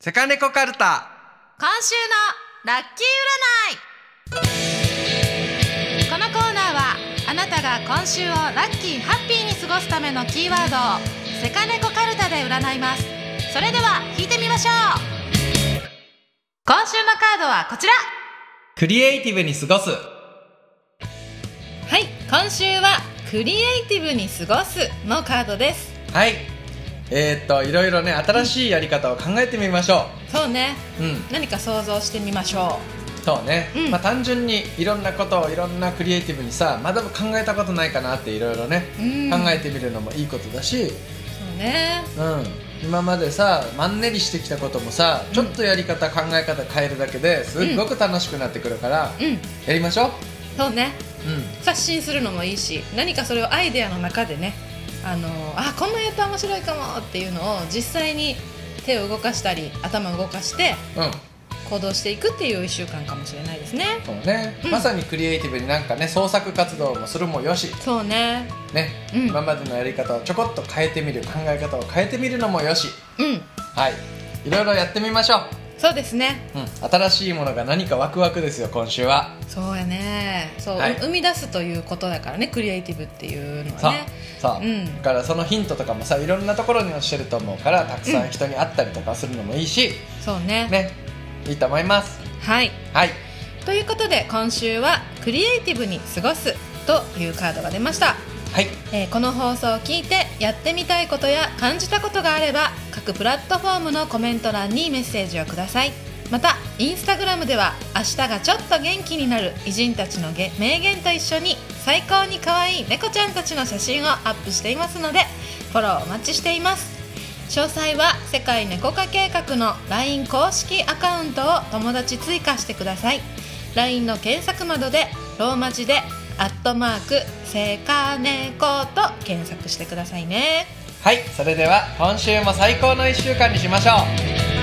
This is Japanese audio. セカネコカルタ今週のラッキー占いこのコーナーはあなたが今週をラッキーハッピーに過ごすためのキーワードをセカネコカルタで占いますそれでは引いてみましょう今週のカードはこちらクリエイティブに過ごすはい今週はクリエイティブに過ごすのカードですはいえー、っといろいろね新しいやり方を考えてみましょそうねううん、何か想像してみましょそうね、うんまあ単純にいろんなことをいろんなクリエイティブにさまだ考えたことないかなっていろいろね、う、うん、考えてみるのもいいことだしそうねうん今までさマンネリしてきたこともさちょっとやり方、考え方変えるだけですっごく楽しくなってくるから、うんやりましょうそうねう刷新するのもいいし何かそれをアイデアの中でねあのあこんなやったら面白いかもっていうのを実際に手を動かしたり頭を動かしてんうん行動していくっていう1週間かもしれないですねそうね、うんまさにクリエイティブになんかね創作活動もするもよしそうねね、うん今までのやり方をちょこっと変えてみる考え方を変えてみるのもよしうんはいいろいろやってみましょそうですねう、うん、新しいものが何かワクワクですよ今週はそうやねそう、はいう生み出すということだからねクリエイティブっていうのそはうねそう、うんだからそのヒントとかもさいろんなところに落ちてると思うからたくさん人に会ったりとかするのもいいし、そうねねいいと思いますはいはいということで今週は「クリエイティブに過ごす」というカードが出ましたはいえーこの放送を聞いてやってみたいことや感じたことがあれば各プラットフォームのコメント欄にメッセージをくださいまたインスタグラムでは明日がちょっと元気になる偉人たちのげ名言と一緒に最高に可愛い猫ちゃんたちの写真をアップしていますのでフォローお待ちしています詳細は世界猫化計画の LINE 公式アカウントを友達追加してください LINE の検索窓でローマ字で「アットマークセカネコ」と検索してくださいねはいそれでは今週も最高の1週間にしましょう